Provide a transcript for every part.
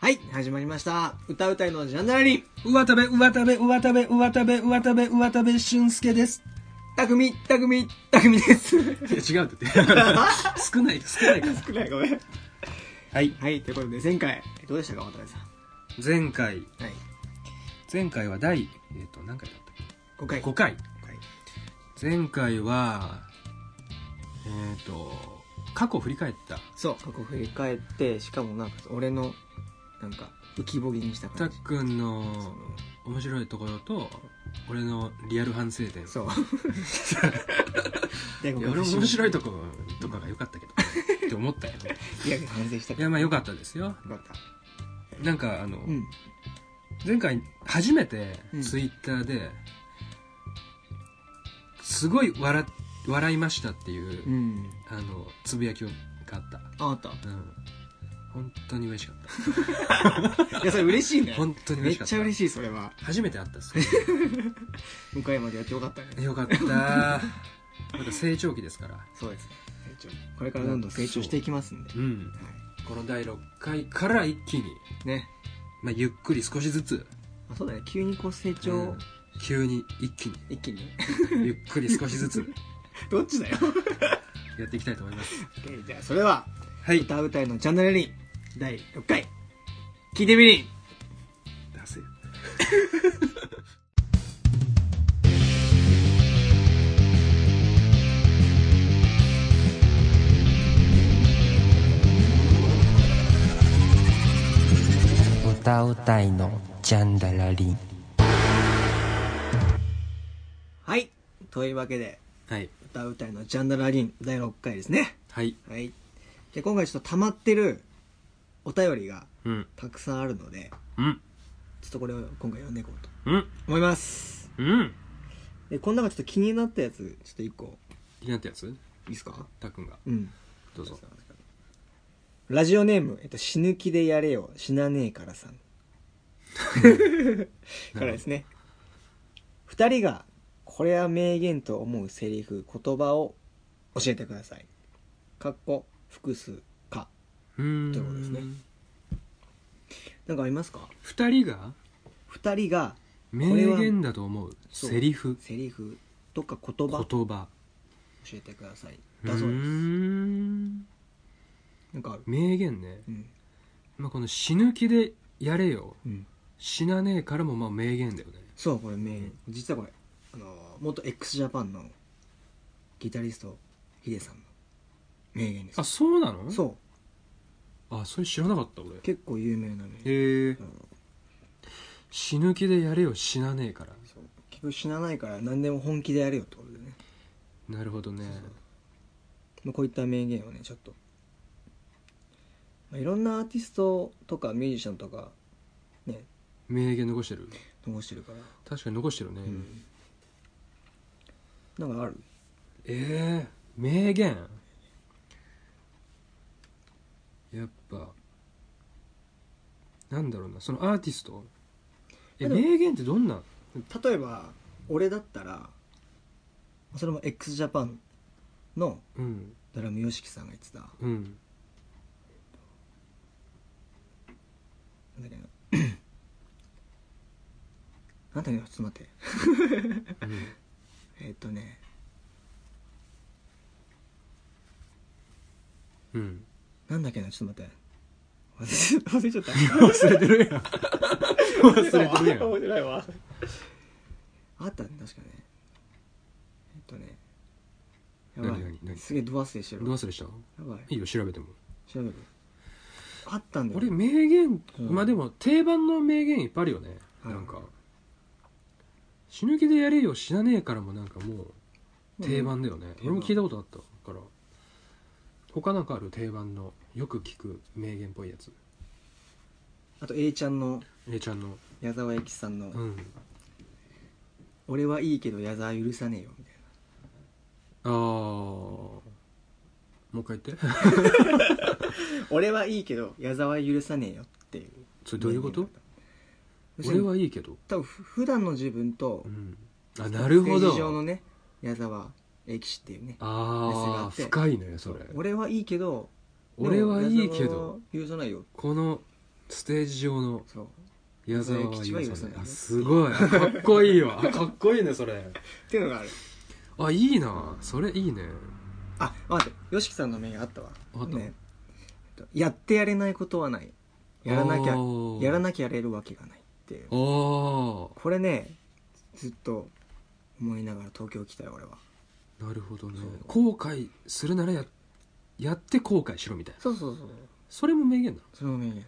はい、始まりました。歌うたいのジャンダラリン、上田部、上田部、上田部、上田部、上田部、上田部俊介です。たくみ、たくみ、たくみです。違うって。 少ない、少ないから。少ない、ごめん。はい。はい、ということで、前回、どうでしたか、渡辺さん。前回、はい、前回は第、えっ、と、何回だった5っ回。け ?5 回。回。前回は、えっ、と、過去を振り返った。そう、過去振り返って、しかもなんか、俺の、なんか、浮き彫りにしたたっ感じ。くんの面白いところと、俺のリアル反省 点。そう。でいや俺も面白いとこ、とかが良かったけど、 って思ったよね。いや、反省したいかや、まあ良かったですよ。ら。よかっなんか、あの、た。うん。前回初めてうんツイッターで、すごい笑笑いましたっていう、うん。あのつぶやきがあった、あ、あった。うん、本当に嬉しかっいや、それ嬉しいねた。本当にめ嬉っしかっちたゃ嬉しい、それは。初めて会ったっす 向かいまでやってよかったね。よかったまだ成長期ですからそうです。成長。これからどんどん成長していきますんで。うんはこの第6回から一気に、い。ね。まあ、ゆっくり少しずつ、あそうだね。急にこう成う長ん、急に一気に一気に。ゆっくり少しずつ どっち だよ。やっていきたいと思いますじゃあ、それでは、はい歌うたいのチャンネルに、第6回、聞いてみりん出せ歌うたいのジャンダラリンはい。というわけで、はい歌うたいのジャンダラリン第6回ですね。はいはい。で、今回ちょっと溜まってるお便りがうんたくさんあるので、うんちょっとこれを今回読んでいこうとうん思います。うんで、この中ちょっと気になったやつ、ちょっと1個、気になったやついいですかたっくんがうん。どうぞラジオネーム、えっと、死ぬ気でやれよ、死なねえからさん。からですね。二人が、これは名言と思うセリフ、言葉を教えてください。かっこ、複数か。うーんということですねなんかありますか二人が二人が、名言だと思うそうセリフセリフとか言葉言教葉えてくださいうだそうーですんなんかある名言ねう、んまあ、この「死ぬ気でやれようん死なねえ」からもまあ名言だよねそうこれ名言実はこれあの元 x ジャパンのギタリストヒデさんの名言ですあそうなのうそあそれ知らなかった俺う結構有名な名言へえうん死ぬ気でやれよ死なねえからそう結局死なないから何でも本気でやれよってことでね、なるほどねそうまあ、こういった名言をねちょっと、まあ、いろんなアーティストとかミュージシャンとかね名言残してる残してるから、確かに残してるね、うんなんかあるええ名言やっぱなんだろうなそのアーティストえでも名言ってどんな例えば俺だったらそれも x ジャパンのうんドラム YOSHIKI さんが言ってたうんなん だっけななんだっけなちょっと待ってうんえっとねうんなんだっけなちょっと待って忘れ忘れちゃった忘れてるやん忘れてるやん面白い わあったね確かねえっとねやばい何何何すげえド忘れしてるどうや忘れしたばいいいよ調べても調べるあったんだよ俺名言、うんまあでも定番の名言いっぱいあるよね、はいなんか死ぬ気でやれよ死なねえからもなんかもう定番だよね、定番俺も聞いたことあったから他なんかある定番のよく聞く名言っぽいやつあと A ちゃんの A ちゃんの矢沢永吉さんのうん「俺はいいけど矢沢許さねえよ」みたいなああもう一回言って「俺はいいけど矢沢許さねえよ」っていうそれどういうこと要する俺にはいいけど、多分ふ普段の自分とうん、あなるほステージ上のどね矢沢永吉っていうねメッセがあああって深いねそれ俺はいいけど俺はいでいけも矢ど沢許さないよこのステージ上のそう矢沢は矢沢優永吉は優ささんんねあすごいあかっこい いわあかっこいいねそれっていうのがあるあいいなそれいいねあ待って YOSHIKI さんの名言あったわあったねえっとやってやれないことはないやらなきゃあーやらなきゃやれるわけがないっていうあーこれねずっと思いながら東京来たよ俺はなるほどねそう後悔するならややって後悔しろみたいなそうそうそうそれも名言なその名言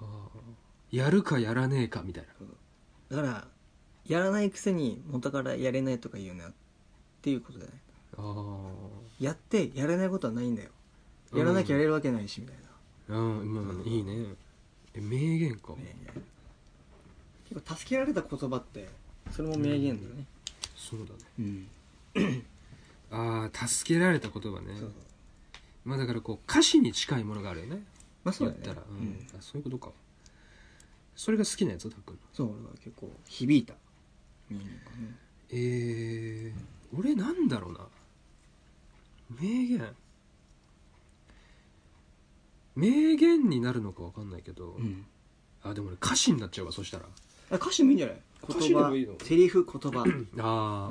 のやるかやらねえかみたいなだからやらないくせに元からやれないとか言うなっていうことじゃないあやってやれないことはないんだよやらなきゃやれるわけないしみたいあうんまあいいねえ名言か、な、ね結構助けられた言葉ってそれも名言だよねそうだねうんああ助けられた言葉ねそうそうまあだからこう歌詞に近いものがあるよねまあそうだよね言ったら、ううんんあそういうことかそれが好きなやつたっくんそう俺は結構響いた名言かなえー、俺なんだろうな名言名言になるのかわかんないけど、うんあでも俺歌詞になっちゃうわそしたらあ歌詞もいいんじゃない歌詞でもいいの言葉セリフ言葉、うんああ、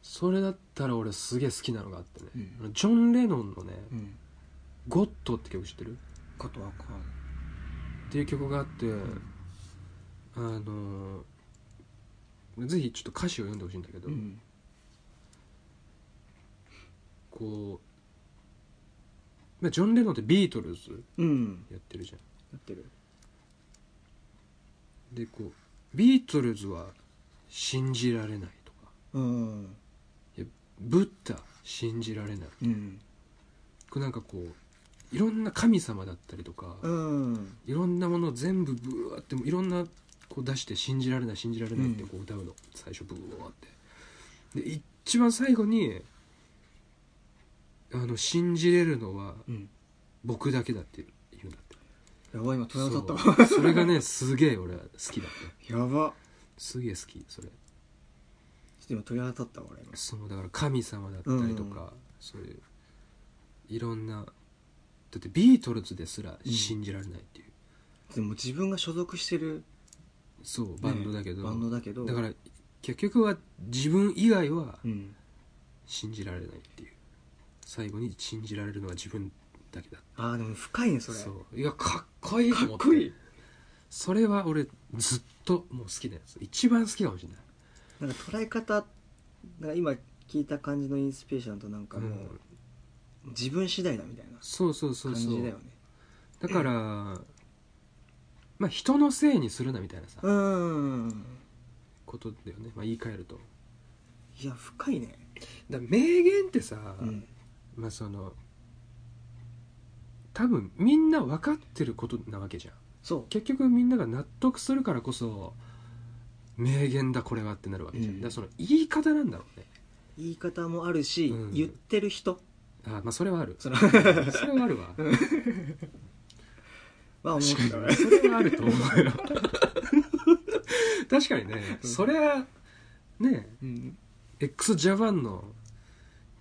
それだったら俺すげえ好きなのがあってね、うんあのジョン・レノンのねうん、 「ゴッド」って曲知ってることわかんないっていう曲があって、あのーぜひちょっと歌詞を読んでほしいんだけど、うんこうまあジョン・レノンってビートルズうんやってるじゃんやってるでこうビートルズは信じられないとかうんいやブッダ信じられないうんこうなんかこういろんな神様だったりとか、うんいろんなものを全部ブワーっていろんなこう出して信じられない信じられないってこう歌うの、最初ブワーってで一番最後にあの信じれるのはうん僕だけだって言うんだってやばい今取り当たったそうそれがねすげえ俺は好きだったわやばすげえ好きそちれょっと今取り当たったわ俺今そのだから神様だったりとか、そういういろんなだってビートルズですら信じられないっていう、でも自分が所属してる、そうバンドだけど、バンドだけどだから結局は自分以外はうん信じられないっていう最後に信じられるのは自分だけだああでも深いねそれういやかっこいいとか思っってこいいそれは俺ずっともう好きなやつ一番好きかもしれないなんか捉え方なんか今聞いた感じのインスピレーションとなんかもう、うん自分次第だみたいなそうそうそう感そうじだだよねからまあ人のせいにするなみたいなさ、うんことだよね、まあ、言い換えるといや深いねだから名言ってさ、うんまあその多分みんな分かってることなわけじゃんそ結局みんなが納得するからこそ名言だこれはってなるわけじゃん、うんだからその言い方なんだろうねう言い方もあるし、うん言ってる人あーまあそれはあるそそのれ はあるわは思うけどねそれはあると思う よ確かにねそれはねうん x ジャパンの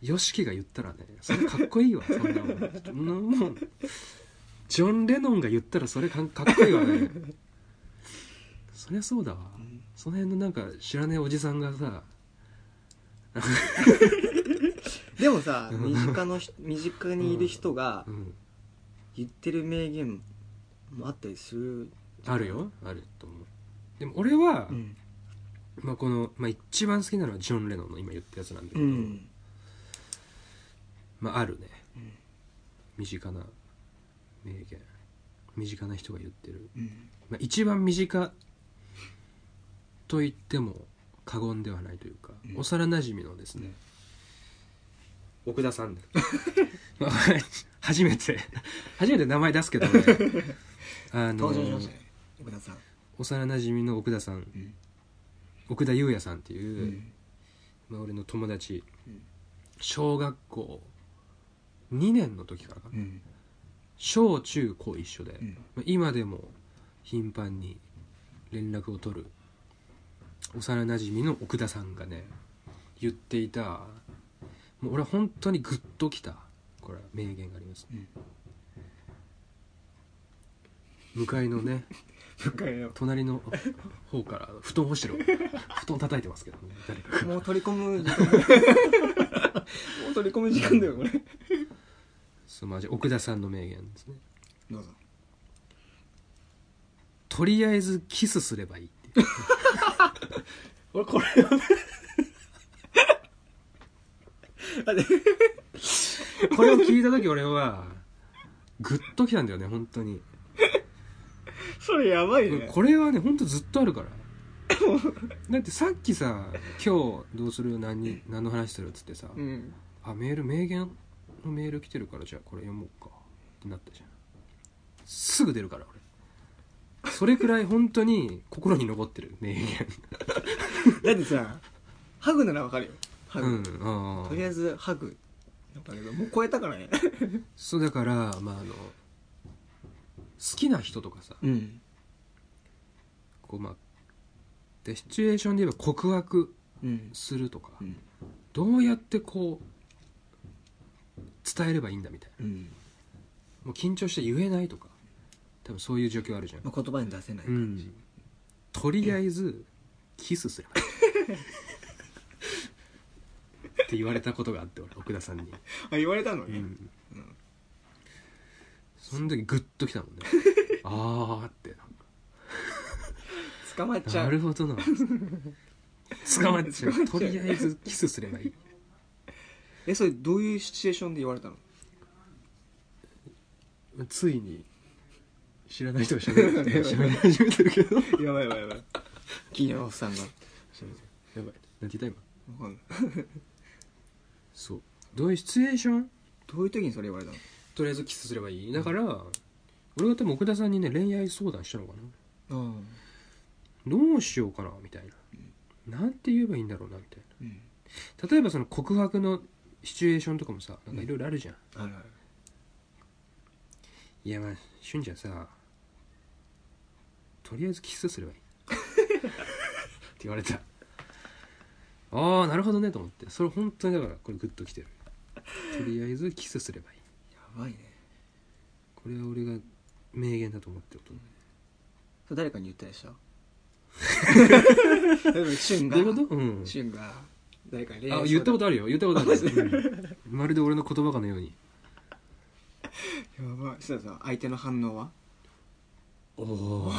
YOSHIKI が言ったらねそれかっこいいわそんなもんそんなもんジョン・レノンが言ったらそれかかっこいいわ ねそりゃそうだわ、んその辺のなんか知らねえおじさんがさでもさ身近の人身近にいる人がうん言ってる名言もあったりするあるよあると思うでも俺は、うんまあ、この、まあ、一番好きなのはジョン・レノンの今言ったやつなんだけうど、んまああるね、身近な名言身近な人が言ってる、うんまあ、一番身近と言っても過言ではないというか、うん幼なじみのですね、奥田さん まあ 初めて初めて名前出すけどねあの登場しましたね奥田さん幼なじみの奥田さん、ん奥田優也さんっていうう、んまあ、俺の友達、うん小学校2年の時からかな、うん小中高一緒で、うんまあ今でも頻繁に連絡を取る幼なじみの奥田さんがね言っていたもう俺は本当にグッときたこれは名言があります、うん向かいのね向かいの隣の方からあの布団干してる布団叩いてますけどね誰か がもう取り込む時間もう取り込む時間だよこれそうマジ奥田さんの名言ですねどうぞとりあえずキスすればいいっていう俺これ をねあでこれを聞いた時俺はグッときたんだよね本当にそれやばいねこれはね本当ずっとあるからだってさっきさ「今日どうする何に何の話する?」っつってさ、うんあメール名言のメール来てるからじゃあこれ読もうかってなったじゃんすぐ出るから俺それくらい本当に心に残ってる名言だってさハグならわかるよハグ、うんああとりあえずハグだったけどもう超えたからねそうだからまああの好きな人とかさうんこうまあでシチュエーションで言えば告白うんするとか、うんどうやってこう伝えればいいんだみたいうん、なもう緊張して言えないとか多分そういう状況あるじゃんまあ、言葉に出せないうん感じ、とりあえずキスすれ ばいいって言われたことがあって俺奥田さんに、あ言われたのうんね、その時グッときたも んねああって捕まっちゃなうるほどな 捕まっちゃ捕まっちゃううとりあえずキスすればいいえそれどういうシチュエーションで言われたのついに知らない人が喋 って喋り始めてるけどややばいやばいやばい金曜おっさんがばいなんて言った今わかんないそうどういうシチュエーションどういう時にそれ言われたのとりあえずキスすればいいだから、俺が多分奥田さんにね恋愛相談したのかなああどうしようかなみたいな、なんて言えばいいんだろうなみたいうんな例えばその告白のシチュエーションとかもさなんかいろいろあるじゃん、あるあるいやまあ俊ちゃんさとりあえずキスすればいいって言われたああなるほどねと思ってそれ本当にだからこれグッときてるとりあえずキスすればいいやばいねこれは俺が名言だと思ってると思うそれ誰かに言ったで しょ例えばシュンがどういうことうんシュンが誰かに恋愛あ言ったことあるよ言ったことあるマよジでうんまるで俺の言葉かのようにやばいそしたらさ相手の反応はおお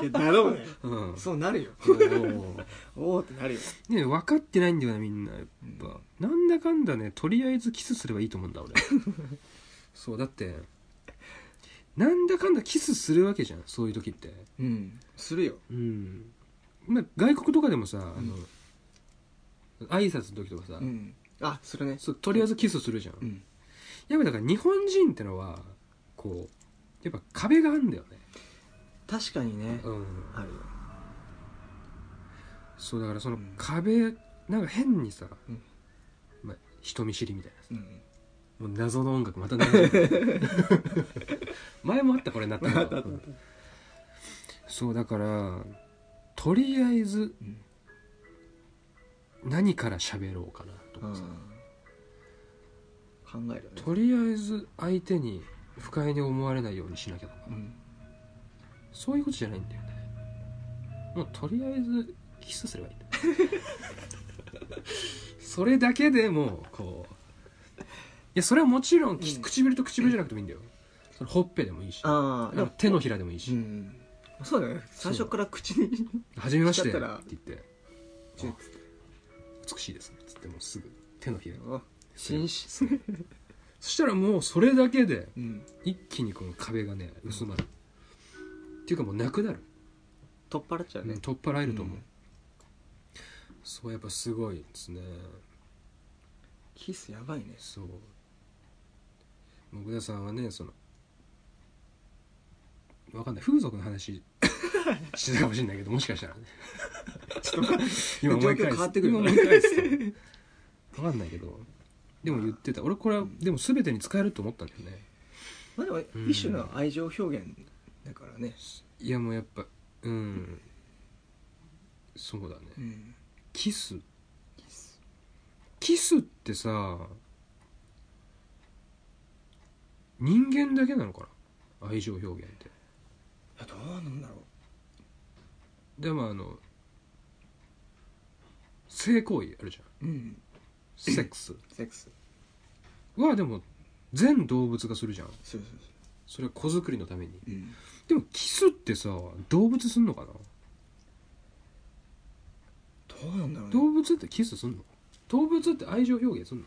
いやだろうねうんそうなるよおー おおってなるよね分かってないんだよなみんなやっぱ、なんだかんだねとりあえずキスすればいいと思うんだ俺そうだってなんだかんだキスするわけじゃんそういう時ってうんするようんまあ外国とかでもさ、あの挨拶の時とかさ、うんあするねそうとりあえずキスするじゃん、うんやっぱだから日本人ってのはこうやっぱ壁があるんだよね確かにねうんあるよそうだからそのうん壁なんか変にさ、うんまあ、人見知りみたいなさうんもう謎の音楽また流れてる 前もあったこれなったのあったあったあったそうだからとりあえずうん何から喋ろうかなとかさ、うん考えるよねとりあえず相手に不快に思われないようにしなきゃとか、うんそういうことじゃないんだよねもうとりあえずキスすればいいんだ それだけでもうこういやそれはもちろん、きうん唇と唇じゃなくてもいいんだよそのほっぺでもいいしああなんか手のひらでもいいし、うんそうだね最初から口にはじめましてしっちゃてったら言ってちょっ美しいですねっつってもうすぐ手のひらと紳士そしたらもうそれだけでうん一気にこの壁がね薄まる、っていうかもうなくなる、取っ払っちゃううねん取っ払えると思う、うんそうやっぱすごいですねキスやばいねそう奥田さんはねそのわかんない風俗 の話してたかもしれないけどもしかしたらねちょっと待って今思い返状況変わすってくる今よ思ねい返すとわかんないけどでも言ってた俺これはでも全てに使えると思ったんだよね まあでもん一種の愛情表現だからねいやもうやっぱうんそうだうねんキスキスキスってさ人間だけなのかな愛情表現ってやどうなんだろうでもあの性行為あるじゃんうんセッ クスセックスはでも全動物がするじゃんそうそうそれは子作りのためにそううんでもキスってさ動物すんのかなどうなんだろうね動物ってキスすんの動物って愛情表現すんの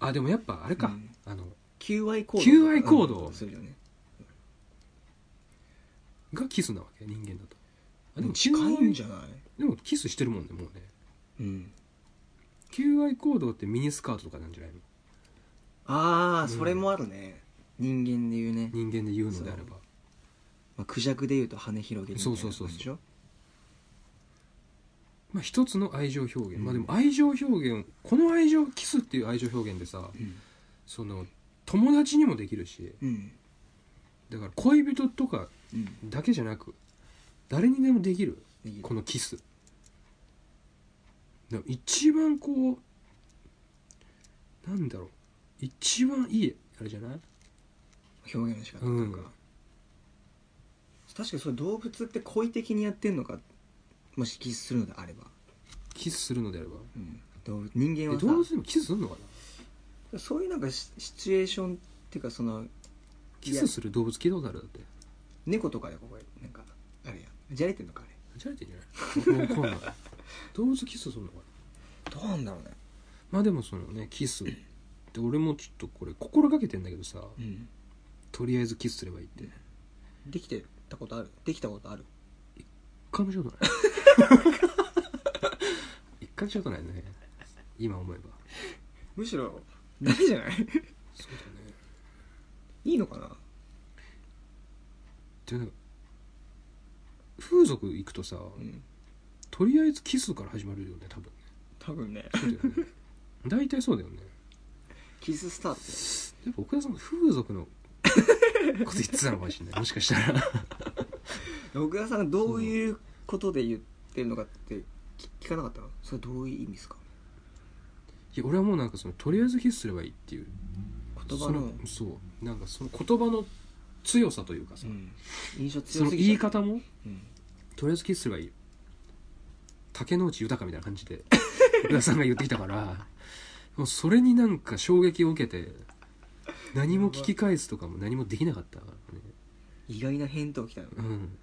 あでもやっぱあれか、うんあの求愛行動求愛行動うんするよねがキスなわけ人間だとあでも求近愛いんじゃないでもキスしてるもんねもうねうん求愛行動ってミニスカートとかなんじゃないのああうんそれもあるね人間で言うね人間で言うのであればまあクジャクで言うと羽広げるみたいなそうそうそうそう感じでしょまあ一つの愛情表現、うんまあでも愛情表現この愛情キスっていう愛情表現でさうんその友達にもできるしうんだから恋人とかうんだけじゃなく誰にでもできるできるこのキスでも一番こうなんだろう一番いいあれじゃない表現の仕方とか、うん確かにそれ動物って故意的にやってんのかもしキスするのであれば、キスするのであればうん、動物人え間は動物さでもキスするのかなそういうなんかシシチュエーションっていうかそのキスする動物聞いたことあるだって猫とかでここなんかあれやんじゃれてんのかあれじゃれてんじゃ ないわかんない動物キスするのかなどうなんだろうねまあでもそのねキスって俺もちょっとこれ心がけてんだけどさうんとりあえずキスすればいいってできてたことあるできたことある一回もしたことない 一回もしたことないね今思えばむしろないじゃないそうだね いいのかなでもなんか風俗行くとさ、うんとりあえずキスから始まるよね多分ね多分ねそうだよね大体そうだよねキススターやっぱ奥田さん風俗のこと言ってたのかもしれないもしかしたらトだよ奥田さんがどういうことで言ってるのかって聞聞かなかったのそれどういう意味ですかいや俺はもうなんかそのとりあえずキスすればいいっていう言葉のそのそうなんかその言葉の強さというかさ、うん印象そ強のすぎ言いちゃう方もうんとりあえずキスすればいい竹之内豊みたいな感じ で福田さんが言ってきたからもうそれになんか衝撃を受けて何も聞き返すとかも何もできなかったからね意外な返答来たのうん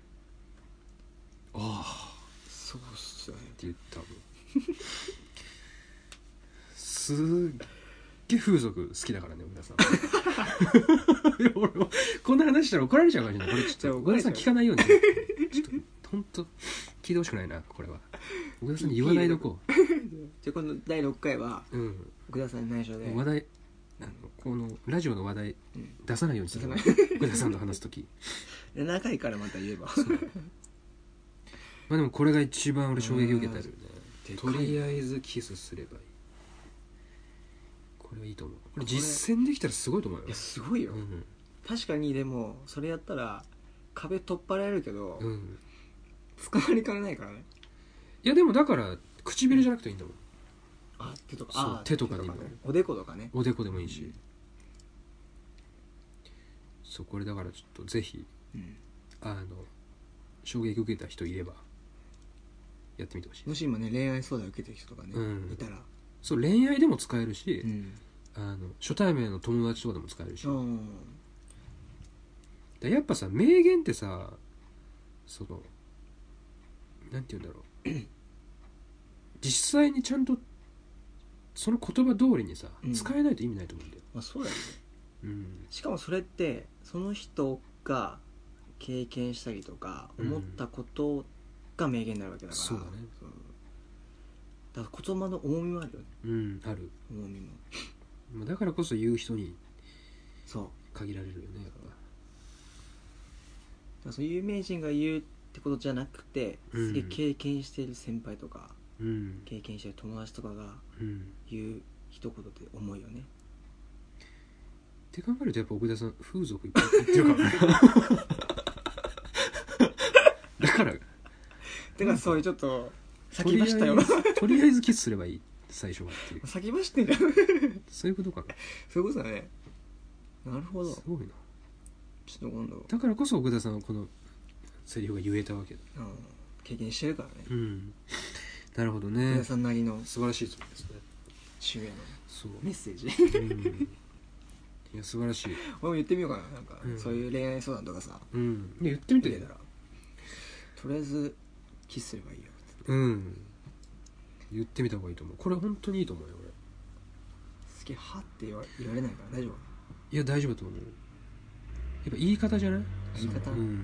ああそうっすよねって言ったもんすっげえ風俗好きだからね皆さん いや俺もこんな話したら怒られちゃうかもしれないこれちょっと怒ら皆れちさゃうん聞かないようにちょっと本当聞いてほしくないなこれは小田さんに言わないどこじゃあこの第6回はう、うん、奥田さんに内緒で話題あのこのラジオの話題うん出さないようにする出さ小田さんと話す時7回からまた言えばまあでもこれが一番俺衝撃受けたよねうんとりあえずキスすればいいこれはいいと思うこれこれ実践できたらすごいと思うよいやすごいようん確かにでもそれやったら壁取っ払えるけどうん捕まりかねないからねいやでもだから唇じゃなくていいんだもんあ手とかそうあ手とかにもねおでことかねおでこでもいいしそうこれだからちょっとぜひうんあの衝撃受けた人いればやってみてほしいもし今ね恋愛相談受けてる人とかねうんいたらそう恋愛でも使えるし、うんあの初対面の友達とかでも使えるし、うんでやっぱさ名言ってさそのなんて言うんだろう 実際にちゃんとその言葉通りにさ、うん使えないと意味ないと思うんだよ、まあそうだよねうん、しかもそれってその人が経験したりとかうん思ったことが名言になるわけだから、そうだねそうだから言葉の重みもあるよねうん、ある重みもまあだからこそ言う人にそうだか限られるよねやっぱらその有名人が言うってことじゃなくて、うんすげえ経験している先輩とかうん、経験している友達とかがうん、言う一言で重いよねって考えるとやっぱ奥田さん風俗いっぱい行ってるからな だからだからそういうちょっとと先りあえ走ったよずとりあえずキスすれば いい最初はっていう先走ってんじゃんそういうことかなそういうことだねなるほどちすごいなょっと今度、だからこそ奥田さんはこのセリフが言えたわけだうん、経験してるからねうんなるほどね皆さんなりの素晴らしいですね主演のそう、メッセージうん、いや素晴らしい、俺も言ってみようかななんか、うんそういう恋愛相談とかさうん、で言ってみて受けたらとりあえずキスすればいいよってうん言ってみた方がいいと思うこれ本当にいいと思うよ俺すげえはって言わ言われないから大丈夫いや大丈夫だと思うやっぱ言い方じゃない言い方うん、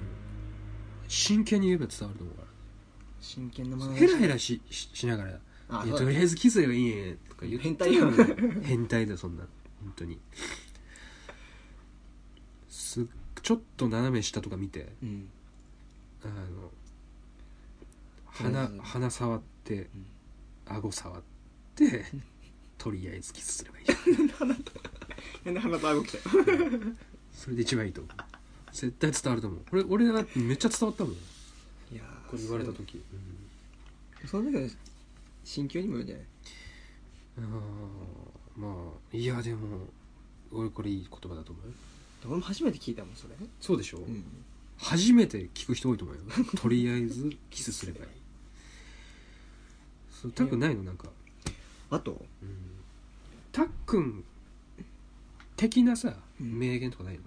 真剣に言えば伝わると思うから真剣な眼差ヘしラヘラしししながらあそいやうとだりあえずキスすればいいねとか言って変態よ変態だよそんな本当にすちょっと斜め下とか見てうんあのとりあ鼻えず鼻触って、ん顎触ってとりあえずキスすればいいじゃん変な鼻と顎きたよそれで一番いいと思う絶対伝わると思う俺俺だってめっちゃ伝わったもんこいやーれ言われた時、その時は心境にもよるんじゃないうん、あーまあいやでも俺これいい言葉だと思うよ俺も初めて聞いたもんそれそうでしょ、うん初めて聞く人多いと思うよとりあえずキスすればいいそうたっくんないのなんか、あとうん、たっくん的なさうん名言とかないの、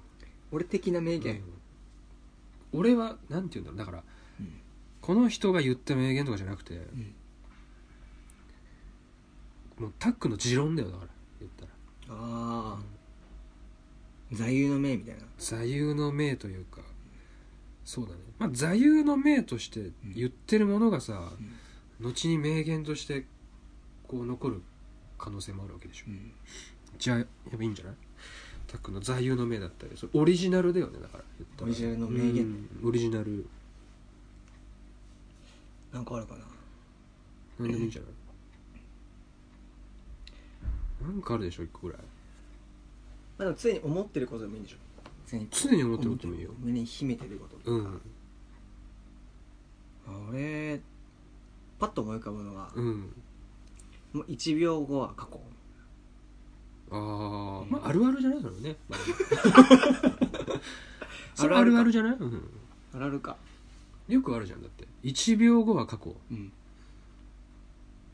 俺的な名言うん俺はなんて言うんだろうだからうんこの人が言った名言とかじゃなくてうんもうたっくんの持論だよだから言ったらああ座右の銘みたいな座右の銘というかそうだね、まあ、座右の銘として言ってるものがさ、後に名言としてこう残る可能性もあるわけでしょ、うんじゃあやっぱいいんじゃないたっくんの座右の銘だったりそれオリジナルだよねだから言ったらオリジナルの名言うんオリジナルなんかあるかな何でもいいんじゃないなんかあるでしょ一個ぐらいまあでも常に思ってることでもいいんでしょ常に常に思ってることもいいよ胸に秘めてることとかうん俺パッと思い浮かぶのは、うんもう1秒後は過去あー、まああるあるじゃないだろう ね、まあそれあるああるるかあるじゃない、うん、あらるかよくあるじゃんだって1秒後は過去うん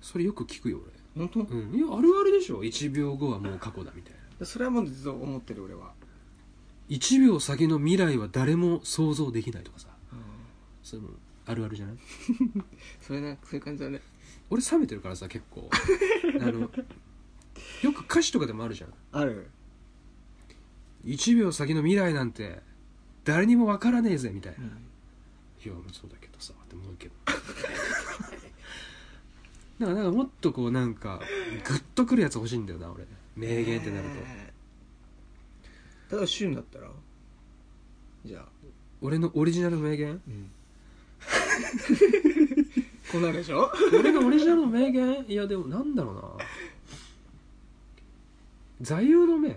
それよく聞くよ本当、俺うんいやあるあるでしょ1秒後はもう過去だみたいなそれはもうずっと思ってる俺は1秒先の未来は誰も想像できないとかさそれもあるあるじゃないそれなそういう感じだね俺冷めてるからさ結構 あのよく歌詞とかでもあるじゃんある1秒先の未来なんて誰にも分からねえぜみたいな、ういんやまあそうだけどさって思うけど だからなんかもっとこうなんかグッとくるやつ欲しいんだよな俺名言ってなるとと例えば旬だったらじゃあ、俺のオリジナルの名言 こうなるでしょ俺のオリジナルの名言いやでもなんだろうな座右の銘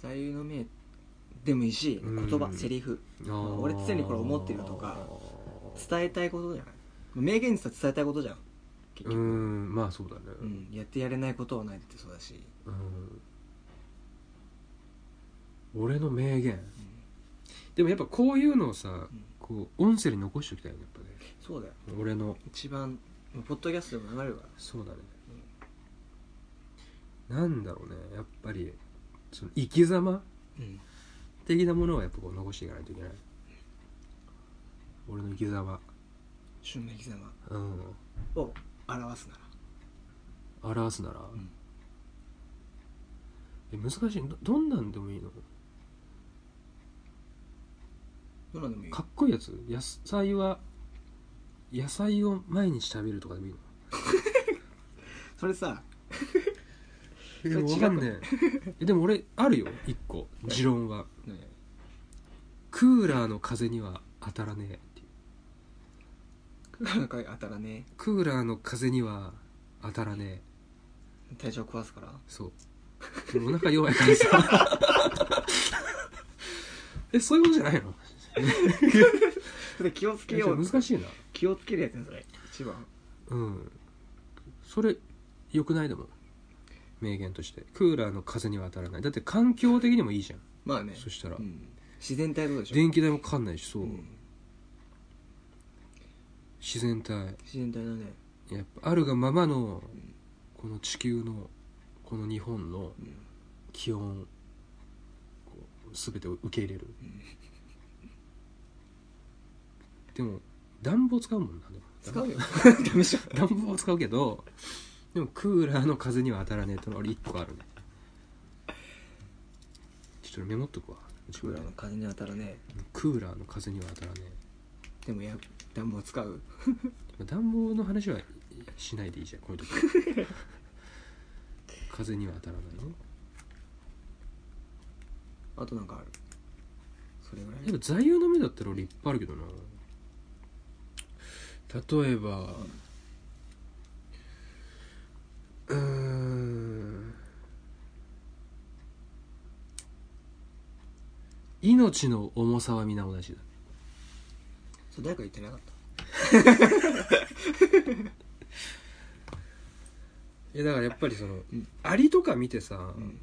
座右の銘でもいいしうん言葉セリフ俺常にこれ思ってるとか伝えたいことじゃない名言って言ったら伝えたいことじゃん結う局、んまあそうだねうんやってやれないことはないってそうだしうん俺の名言、でもやっぱこういうのをさ、こう音声に残しておきたいよねやっそうだよぱね俺の一番ポッドキャストでも流れるからそうだね、なんだろうねやっぱりその生き様うん的なものはやっぱこう残していかないといけない俺の生き様旬の生き様うんを表すなら表すなら、んえ難しいどどんなんでもいいのどんなんでもいいよかっこいいやつ野菜は野菜を毎日食べるとかでもいいのそれさそえれでも違うわかんねええでも俺あるよ一個持論はクーラーの風には当たらねえっていうなんか当たらねクーラーの風には当たらねえ体調壊すからそうでもお腹弱いからさ えそういうことじゃないのそれ気をつけえじゃよあう難しいな気をつけるやつねそれ一番うんそれよくないでも名言としてクーラーの風には当たらないだって環境的にもいいじゃんまあねそしたらうん自然体どうでしょ電気代もかかんないしそう、うん自然体自然体だねやっぱあるがままのこの地球のこの日本のん気温こう全てを受け入れる、でも暖房使うもんなでも使 うよダメじゃん暖房は使うけどでもクーラーの風には当たらねえってのは俺1個あるねちょっとメモっとくわクーラーの風に当たらねクーラーの風には当たらねでもや暖房使うえ暖房の話はしないでいいじゃんこういう時 風には当たらないねあとなんかあるそれぐらでいも座右の銘だったら俺いっぱいあるけどな例えばうーん命の重さは皆同じだそれ誰か言ってなかったいやだからやっぱりその、んアリとか見てさ、ん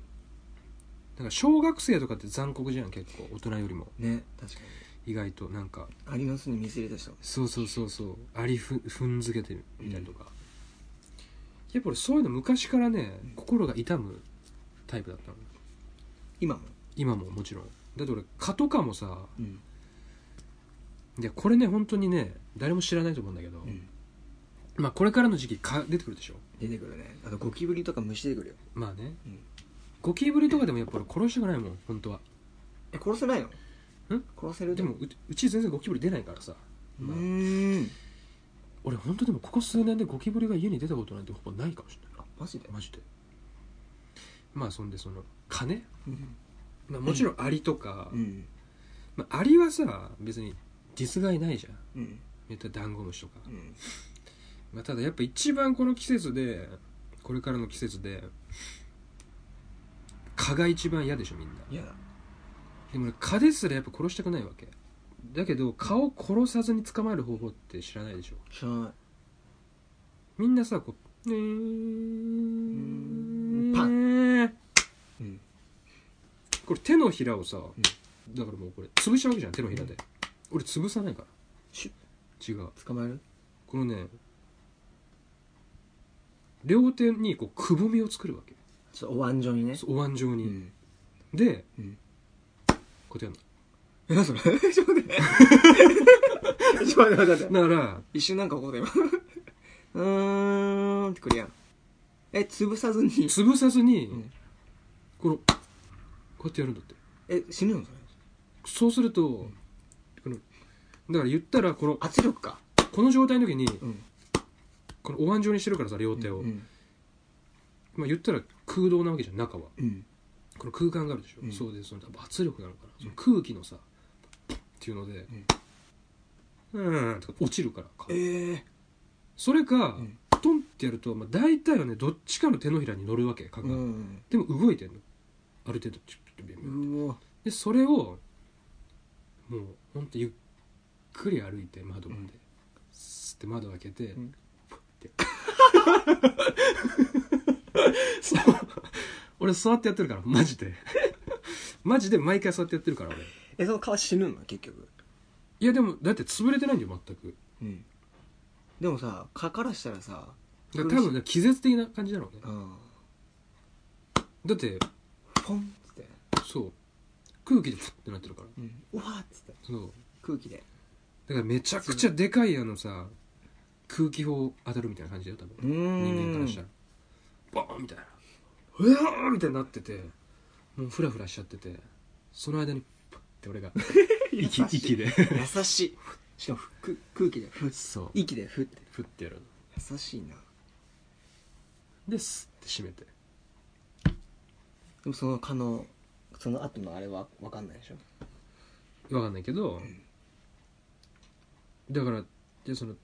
なんか小学生とかって残酷じゃん結構大人よりもね確かに意外となんかアリの巣に見せれた人そうそうそうそうありふ踏んづけてみたりとか、やっぱ俺そういうの昔からね心が痛むタイプだったの今も今ももちろんだって俺蚊とかもさうんいやこれね本当にね誰も知らないと思うんだけど、うんまあこれからの時期蚊出てくるでしょ出てくるねあとゴキブリとか虫出てくるよまあね、うんゴキブリとかでもやっぱ俺殺したくないもん本当はえ殺せないのん殺せるでもううち全然ゴキブリ出ないからさ、うまあーん俺本当でもここ数年でゴキブリが家に出たことなんてほぼないかもしれないマジでマジでまあそんでその蚊ねうんまあ、もちろんアリとか、うんまあ、アリはさ別にディスがいないじゃんうんめったらダンゴムシとか、うんまあ、ただやっぱ一番この季節でこれからの季節で蚊が一番嫌でしょみんないやだでもね蚊ですらやっぱ殺したくないわけだけど蚊を殺さずに捕まえる方法って知らないでしょ知らないみんなさこうねんパーうんこれ手のひらをさ、んだからもうこれ潰しちゃうわけじゃん手のひらで、俺潰さないからシュ違うッ捕まえるこのね両手にこうくぼみを作るわけちょっとお椀状にねお椀状うに、んで、うんこうやってえ何それちょっと待ってちょっと待って待って待ってやるのだから一瞬なんか起こった今うーんってクリアえ潰さずに潰さずに、うんこのこうやってやるんだってえ死ぬのそれそうすると、このだから言ったらこの圧力かこの状態の時にうんこのお椀状にしてるからさ両手を、うんまあ、言ったら空洞なわけじゃん中はうんこの空間があるでしょ、うんそうでその圧力なのかな、その空気のさっていうのでうん、とか落ちるから顔ええそれか、うんトンってやると、まあ、大体はねどっちかの手のひらに乗るわけ蚊が、うんでも動いてんのある程度チュッチュッチュッビュンビュンうわでそれをもうほんとゆっくり歩いて窓まで、うんスッて窓開けて、うんプッてそう俺座ってやってるからマジでマジで毎回座ってやってるから俺えその顔死ぬの結局いやでもだって潰れてないんだよ全くうんでもさ蚊からしたらさだから多分ね気絶的な感じだろうねうんだってポンっつってそう空気でプッてなってるからうんうわーっつってそう空気でだからめちゃくちゃでかいあのさ空気砲当たるみたいな感じだよ多分人間からしたらボーンみたいなうわーみたいになっててもうフラフラしちゃっててその間にパッて俺が息 息で優しい しかもふく空気でふっそう息でふってふってやるの優しいなでスッて閉めてでもその蚊のその後のあれは分かんないでしょわかんないけど、だからでその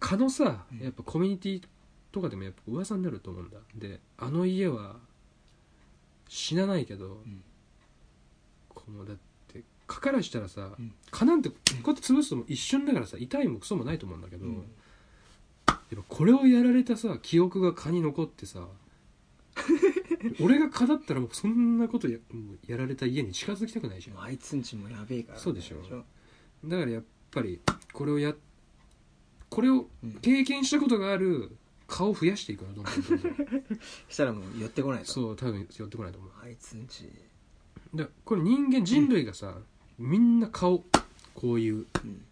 蚊のさやっぱコミュニティとかでもやっぱ噂になると思うんだであの家は死なないけど、んこうもうだって蚊からしたらさ、うん蚊なんてこうやって潰すとも一瞬だからさ痛いもクソもないと思うんだけど、うん やっぱこれをやられたさ記憶が蚊に残ってさ俺が語ったらもうそんなことやもうやられた家に近づきたくないじゃんあいつんちもやべえからそうでしょだからやっぱりこれをやこれをうん経験したことがある顔を増やしていくのどんどんどんどんしたらもう寄ってこないと そう多分寄ってこないと思あいつんちうだからこれ人間人類がさ、みんな顔こういううん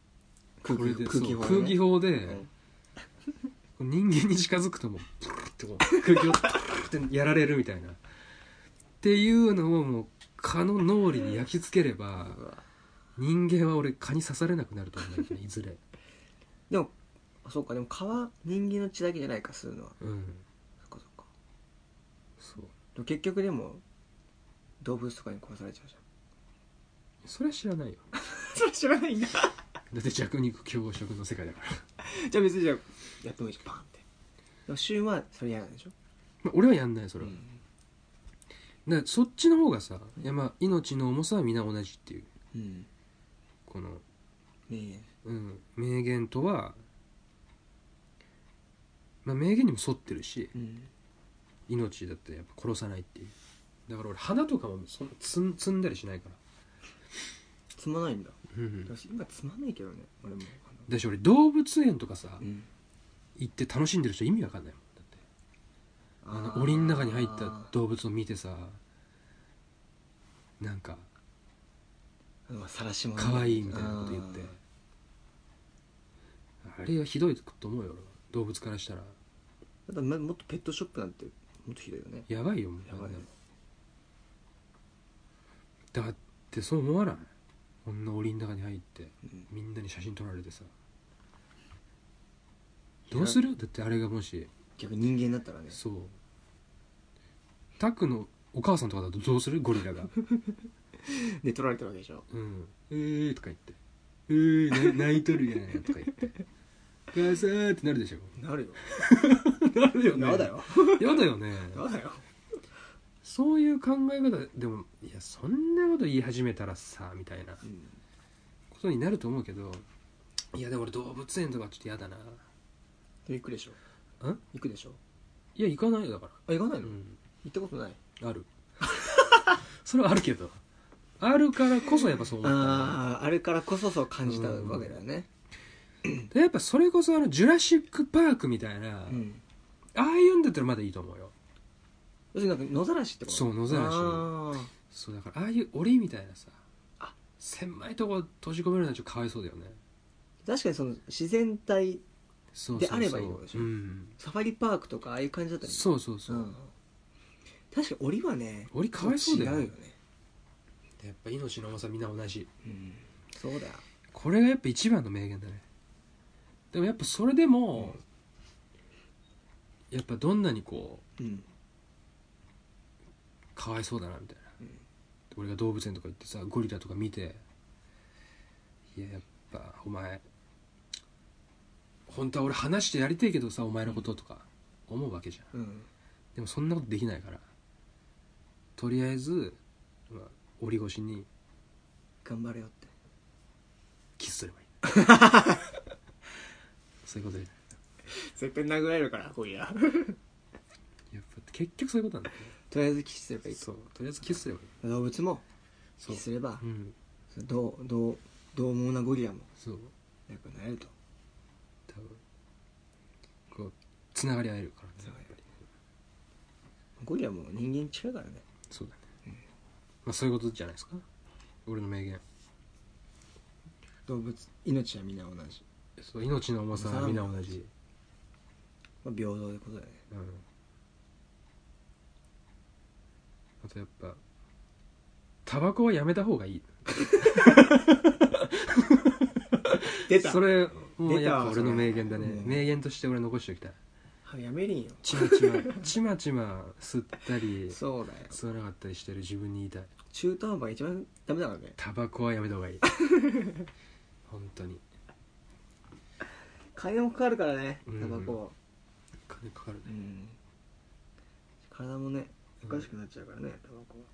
こ空れ気で空気そう砲空気砲砲で、人間に近づくともうプルルってこう空気をプルルってやられるみたいなっていうのをもう蚊の脳裏に焼き付ければうわ人間は俺蚊に刺されなくなると思うんだけどいずれでもあそうかでも皮人間の血だけじゃないかするのはうんそっかそっかそうでも結局でも動物とかに殺されちゃうじゃんそれは知らないよ それ知らないんだだって弱肉強食の世界だから、 じゃあ別にじゃあやってもいいじゃんパンってでも旬はそれ嫌なんでしょまあ、俺はやんないそれうは、んだからそっちの方がさ、いやまあ命の重さは皆同じっていううんこの、ねえうん、名言とは、まあ、名言にも沿ってるしうん命だってやっぱ殺さないっていうだから俺花とかもそんな摘ん摘んだりしないから、つまないんだうん、私今つまんないけどね俺もあのだし俺動物園とかさ、うん行って楽しんでる人意味わかんないもんだってああーの檻の中に入った動物を見てさなんかあの晒しも可愛いみたいなこと言ってあれはひどいと思うよ俺は動物からしたらあーだってもっとペットショップなんてもっとひどいよねやばいよもうやばいよだってそう思わないこんな檻の中に入ってうんみんなに写真撮られてさどうするだってあれがもし逆に人間だったらねそうタクのお母さんとかだとどうするゴリ ラがで取られてるわけでしょうん、えーとか言って、えー、な泣いとるやんとか言って、 お母さんってなるでしょ。なるよなるよやだ。よやだよね。やだよそういう考え方、でも、いや、そんなこと言い始めたらさ、みたいなうんことになると思うけど、いや、でも俺動物園とかちょっと嫌だな。行くでしょん行くでしょいや、行かないよだかあ行かなら。いうの行ん、ったことないある。 それはあるけど。あるからこそやっぱそう思ったあああれからこそそう感じたわけだよねね。やっぱそれこそあの、ジュラシック・パークみたいな、うんああいうんだったらまだいいと思うよ。要するになんか野ざらしってことそう野ざらししそうだからああいう檻みたいなさあ狭いとこ閉じ込めるのはちょっとかわいそうだよね確かにその自然体そうそうそうであればいいってことでしょうん、サファリパークとかああいう感じだったりそうそうそう、ん確かに檻はね檻かわいそうだよね違うよねやっぱ命の重さみんな同じうんそうだよこれがやっぱ一番の名言だねでもやっぱそれでも、やっぱどんなにこうんうかわいそうだなみたいな、うん俺が動物園とか行ってさゴリラとか見ていややっぱお前本当は俺話してやりてえけどさお前のこととか思うわけじゃんうんでもそんなことできないからとりあえず、まあ、折り越しに頑張れよってキスすればいい そういうことで絶対殴られるからゴリラやっぱ結局そういうことなんだよとりあえずキスすればいねいそうとりあえずキスすればいい動物もキそうスすればうんどうどうどう猛なゴリラもそう仲良くなれると多分こうつながり合えるからねつやなっがりぱ合りゴリラも人間違うからねそうだね、まあそういうことじゃないですか俺の名言動物命はみんな同じ、そう命の重さは皆同じ、まあ、平等でことだよねうん、あとやっぱタバコはやめた方がいい出それもう出たやっぱ俺の名言だねそれ名言として俺残しておきたいはやめりんよちまちまちまちま吸ったり そうだよ吸わなかったりしてる自分に言いたい中途半端が一番ダメだからねタバコはやめた方がい い本当に金もかかるからねうんタバコ金かかるねうん体もねおかしくなっちゃうからねタバコは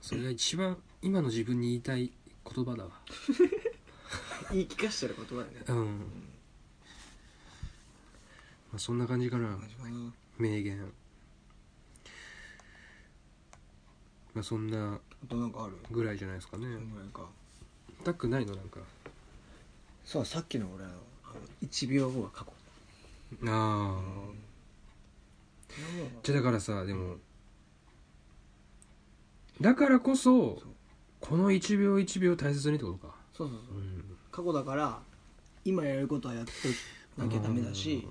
それが一番今の自分に言いたい言葉だわ言い聞かしてる言葉だよねうん、まあ、そんな感じかな確かに名言まあ、そんなあとなんかあるぐらいじゃないですかねこんぐらいかたくないのなんかそうさっきの俺のあの1秒後が過去ああじゃあだからさでも、だからこそそうこの1秒1秒大切にってことか、そうそうそううん、過去だから今やれることはやっとなきゃダメだし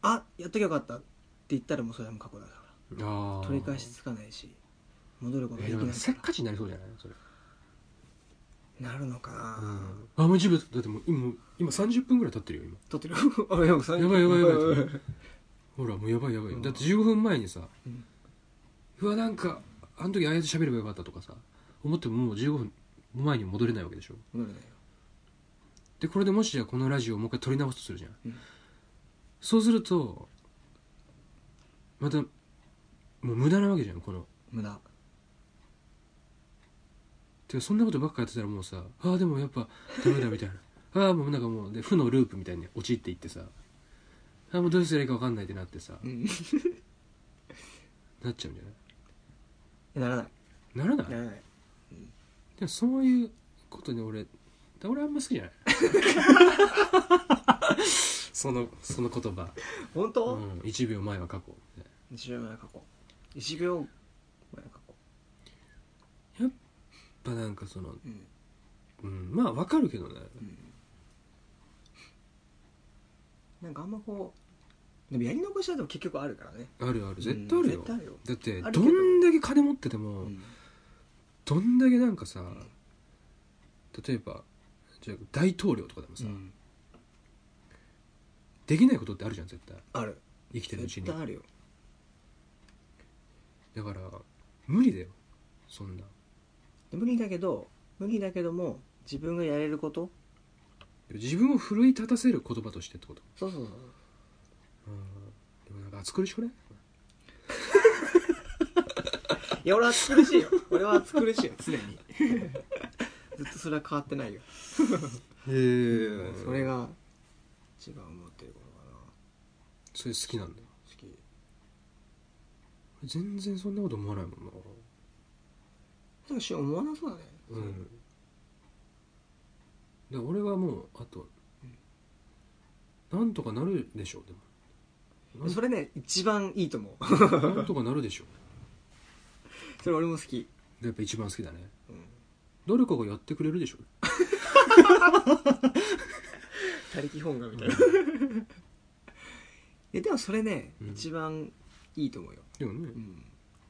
あやっときゃよかったって言ったらもうそれはもう過去だかあらあ取り返しつかないし戻ることでえきでないかもらせっかちになりそうじゃないそれ、なるのかあなあもう1秒だってもう今今30分ぐらい経ってるよ今撮ってる あやばいやばいやばいやばいやばいほらもうやばいやばいよ、うんだって15分前にさ、ううんわなんかあの時ああやって喋ればよかったとかさ思ってももう15分前に戻れないわけでしょ戻れないよでこれでもしじゃあこのラジオをもう一回撮り直すとするじゃん、うんそうするとまたもう無駄なわけじゃんこの無駄てかそんなことばっかやってたらもうさああでもやっぱダメだみたいな ああもうなんかもうで負のループみたいに陥っていってさああもうどうすればいいか分かんないってなってさ、うん なっちゃうんじゃならないないならないならないでもそういうことに俺俺あんま好きじ ゃないそのその言葉、本う当ん、1秒前は過去1秒前が過去1秒前が過去やっぱなんかその、うんうん、まあわかるけどねなんかあんまこうでもやり残したでも結局あるからねあるある絶対あるよ、うん絶対あるよだってあるけどどんだけ金持ってても、うんどんだけなんかさ例えばじゃあ大統領とかでもさ、うんできないことってあるじゃん絶対ある生きてるうち絶に対あるよだから無理だよそんな無理だけど無理だけども自分がやれること自分を奮い立たせる言葉としてってことそうそうそううんでもなんか暑苦しくないいや俺は暑苦 しいよ俺は暑苦しいよ常にずっとそれは変わってないよへえそれが一番思ってることかなそれ好きなんだよ好き全然そんなこと思わないもんななんかし思わなそうだねうんで俺はもうあとなんとかなるでしょうでも それね一番いいと思う なんとかなるでしょそれ俺も好きうやっぱ一番好きだねうん誰かがやってくれるでしょ他力本願み たいなえでもそれね、うん一番いいと思うよ、でもねうん、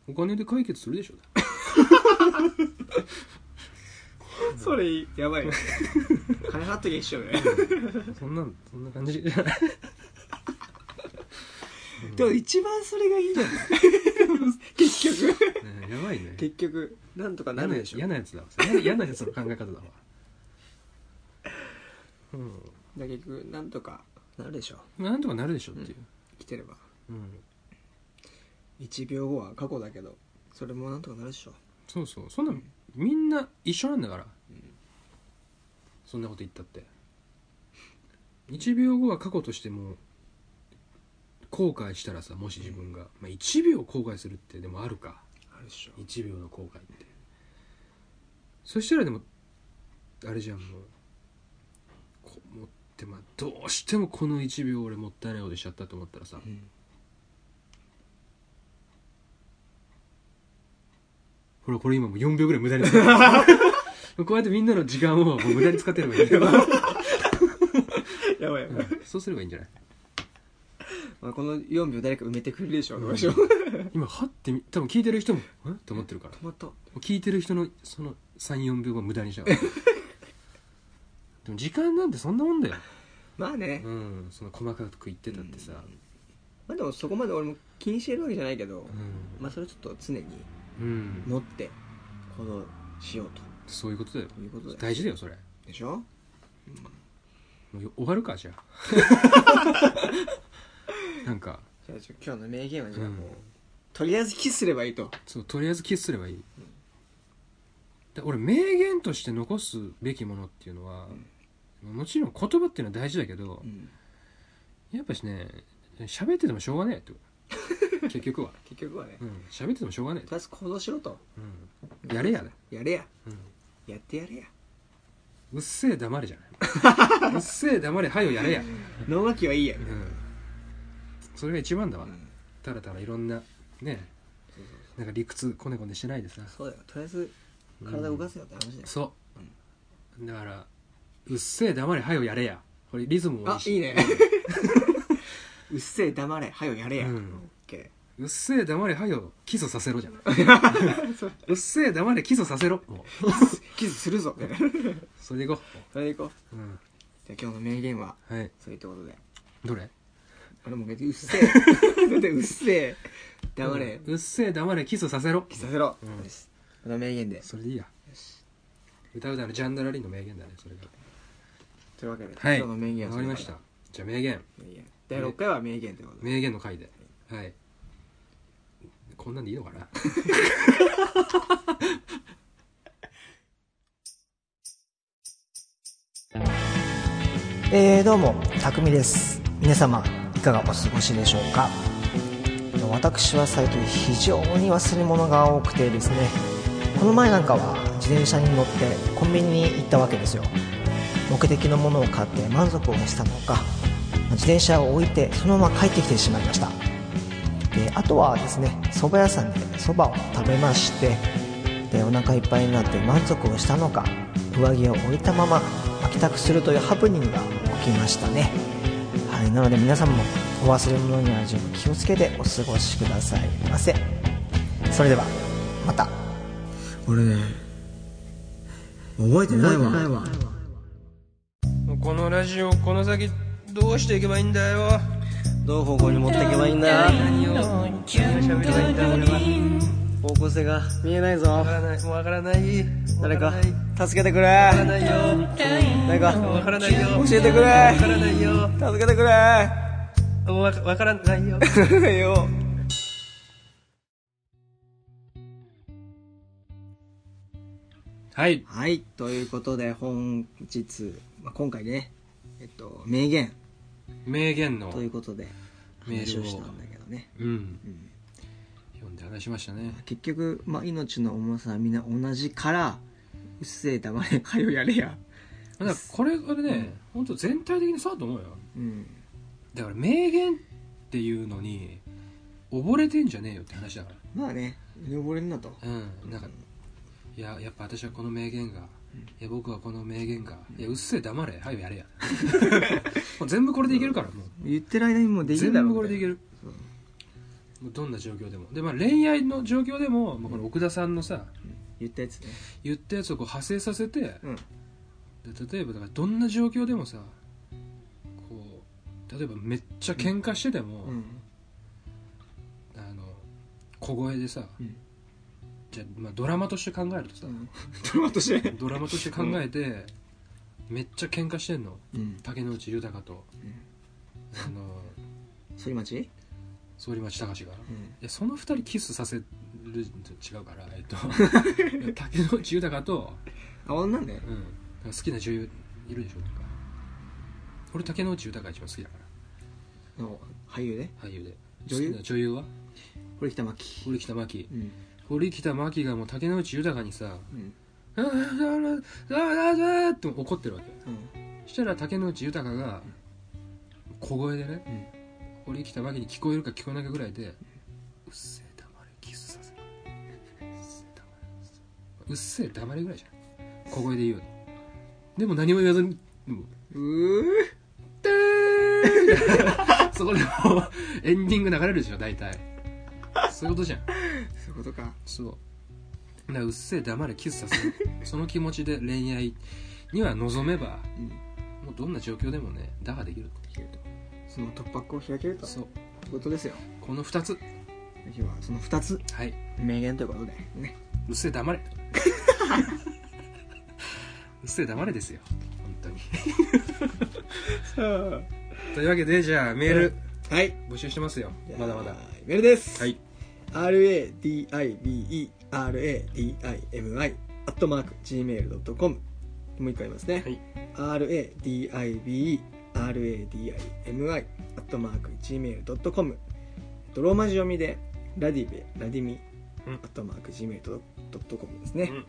お金で解決するでしょそれやばいね金払っときゃ一緒ね そんなそんな 感じじゃないでも一番それがいいんじゃない 結局ねやばいね結局なんとかな嫌るなでしょ嫌なやつだわ嫌な嫌なやつの考え 方だわうんだ結局なんとかなるでしょまあなんとかなるでしょっていう、生きてればうん1秒後は過去だけどそれもなんとかなるでしょそうそうそんなみんな一緒なんだから、そんなこと言ったって1秒後は過去としても後悔したらさもし自分が、まあ、1秒後悔するってでもあるかあるでしょ1秒の後悔ってそしたらでもあれじゃんもうこ持ってまあどうしてもこの1秒俺もったいないことしちゃったと思ったらさ、うんほらこれ今もう4秒ぐらい無駄に使 ってるこうやってみんなの時間をもう無駄に使ってればいいんだよやばいやばい、うんそうすればいいんじゃないまあ、この4秒誰か埋めてくれるでしょどうしよう今はってみ多分聞いてる人も「えっ?」て思ってるから止まった聞いてる人のその34秒は無駄にしちゃうでも時間なんてそんなもんだよまあね、うんその細かく言ってたってさまあでもそこまで俺も気にしてるわけじゃないけど、うん、まあそれちょっと常にうん持って行動しようそういうことだよということで大事だよそれでしょもうよ終わるかじゃあ なんかじゃあちょ今日の名言はじゃあもう、うんとりあえずキスすればいいとそうとりあえずキスすればいい、で俺名言として残すべきものっていうのは、もちろん言葉っていうのは大事だけど、んやっぱしね喋っててもしょうがねえってこと 結局は結局はねうん喋っててもしょうがないとりあえず行動しろとうんやれやで、やれやうんやってやれやうっせえ黙れじゃな いうっせえ黙れはよやれや、脳書きはいいやうん、それが一番だわ、うんたらたらいろんなねそうそうなんか理屈こねこねしてないでさそうだよとりあえず体動かせよって話だよ、そうだから「うっせえ黙れはよやれや」これリズムもいあいしいいねうっせえ黙れはよやれや、うオんッケうっせえ黙れはよ起訴させろじゃんー そううっせえ黙れ起訴させろもうキスするぞそれでいこそれでいこうう、うん、じゃあ今日の名言ははいそういうってことでどれ俺も別にうっ せえだってうっせえ黙れ、うっせえ黙れ起訴させろキスさせろ、うんよしこの名言でそれでいいや歌うだのジャンダラリンの名言だねそれがというわけで、はい今日の名言わかりましたじゃあ名言名言第6回は名言ということで、名言の回ではいこんなんでいいのかなえーどうも、たくみです。皆様、いかがお過ごしでしょうかえっと私は最近非常に忘れ物が多くてですね、この前なんかは自転車に乗ってコンビニに行ったわけですよ。目的のものを買って満足をしたのか、自転車を置いてそのまま帰ってきてしまいました。であとはですね、蕎麦屋さんで蕎麦を食べまして、でお腹いっぱいになって満足をしたのか上着を置いたまま帰宅するというハプニングが起きましたね、はい、なので皆さんもお忘れ物には十分気をつけてお過ごしくださいませそれではまた俺ね覚えてないわこのラジオこの先どうしていけばいいんだよどう方向に持っていけばいいんだ何を何を喋ればいいんだ俺は方向性が見えないぞわからないわからない誰わからない助けてくれわからないよ誰かわからないよ教えてくれわからないよ助けてくれ わわからないよよはいはいということで本日、まあ、今回ねえっと名言名言のということでメー話ルををしたんだけどねうんうん読んで話しましたね結局、まあ、命の重さはみんな同じからうっせえ黙れはよやれやだからこれがね、本当全体的にそうだと思うようんだから名言っていうのに溺れてんじゃねえよって話だかまあね汚れんなとらうんなんかいややっぱ私はこの名言がいや僕はこの名言がいやうっせえ黙れはいやれや もう全部これでいけるからもう言ってる間にもうできる全だろ部これでいけるるもうどんな状況でもで、まあ、恋愛の状況でも、まあ、この奥田さんのさ言ったやつね言ったやつをこう派生させて、うんで例えばだからどんな状況でもさこう例えばめっちゃ喧嘩してても、うんあの小声でさ、うんじゃあ、まあ、ドラマとして考えるとさ、ドラマとしてドラマとして考えて、めっちゃ喧嘩してんのうん竹野内豊と、あの反町総理町隆が、いうんやその二人キスさせる違うから、えっと、いや竹野内豊と、あ女なんだようん、なんか好きな女優いるでしょなんか俺竹野内豊が一番好きだかの俳優ねら俳優で女優好きな女優は堀北真希堀北真希うん堀北真希がもう竹野内豊にさうん「ああああああって怒ってるわけうんそしたら竹野内豊が小声でね、堀北真希に聞こえるか聞こえないかぐらいで「うっせえ黙れキスさせろ」「うっせえ黙れ」ぐらいじゃん小声で言うよでも何も言わずにもううーてーんそこでもうエンディング流れるでしょ大体そういうことじゃんそういうことかそうだからうっせえ黙れキスさせるその気持ちで恋愛には望めば、うんもうどんな状況でもね打破できるその突破口を開けるとそそうういうことですよこの2つ今日はその2つはい名言ということで ねうっせえ黙 れうっせえ黙れですよ本当にというわけでじゃあメールはい募集してますよまだまだメールですはい RADIBERADIMI アットマーク Gmail.com もう一回言いますね、はい RADIBERADIMI アットマーク Gmail.com とローマ字読みでラディベラディミうんアットマーク Gmail.com ですね、うんの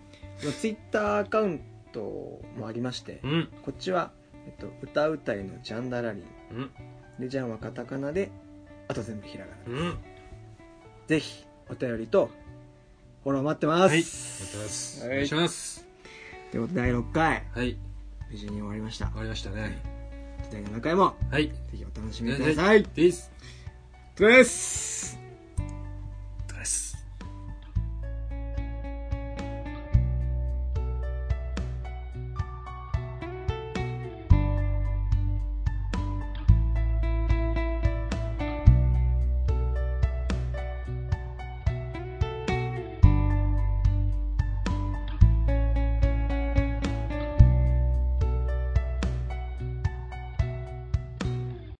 ツイッターアカウントもありまして、うんこっちは、えっと、歌うたいのジャンダラリーうんでジャンはカタカナであと全部ひらがな、うんぜひお便りとフォロー待ってます、はいありがとうございます、はいお願いしますということで第6回はい無事に終わりました終わりましたね次回の7回もはいぜひお楽しみくださいですということです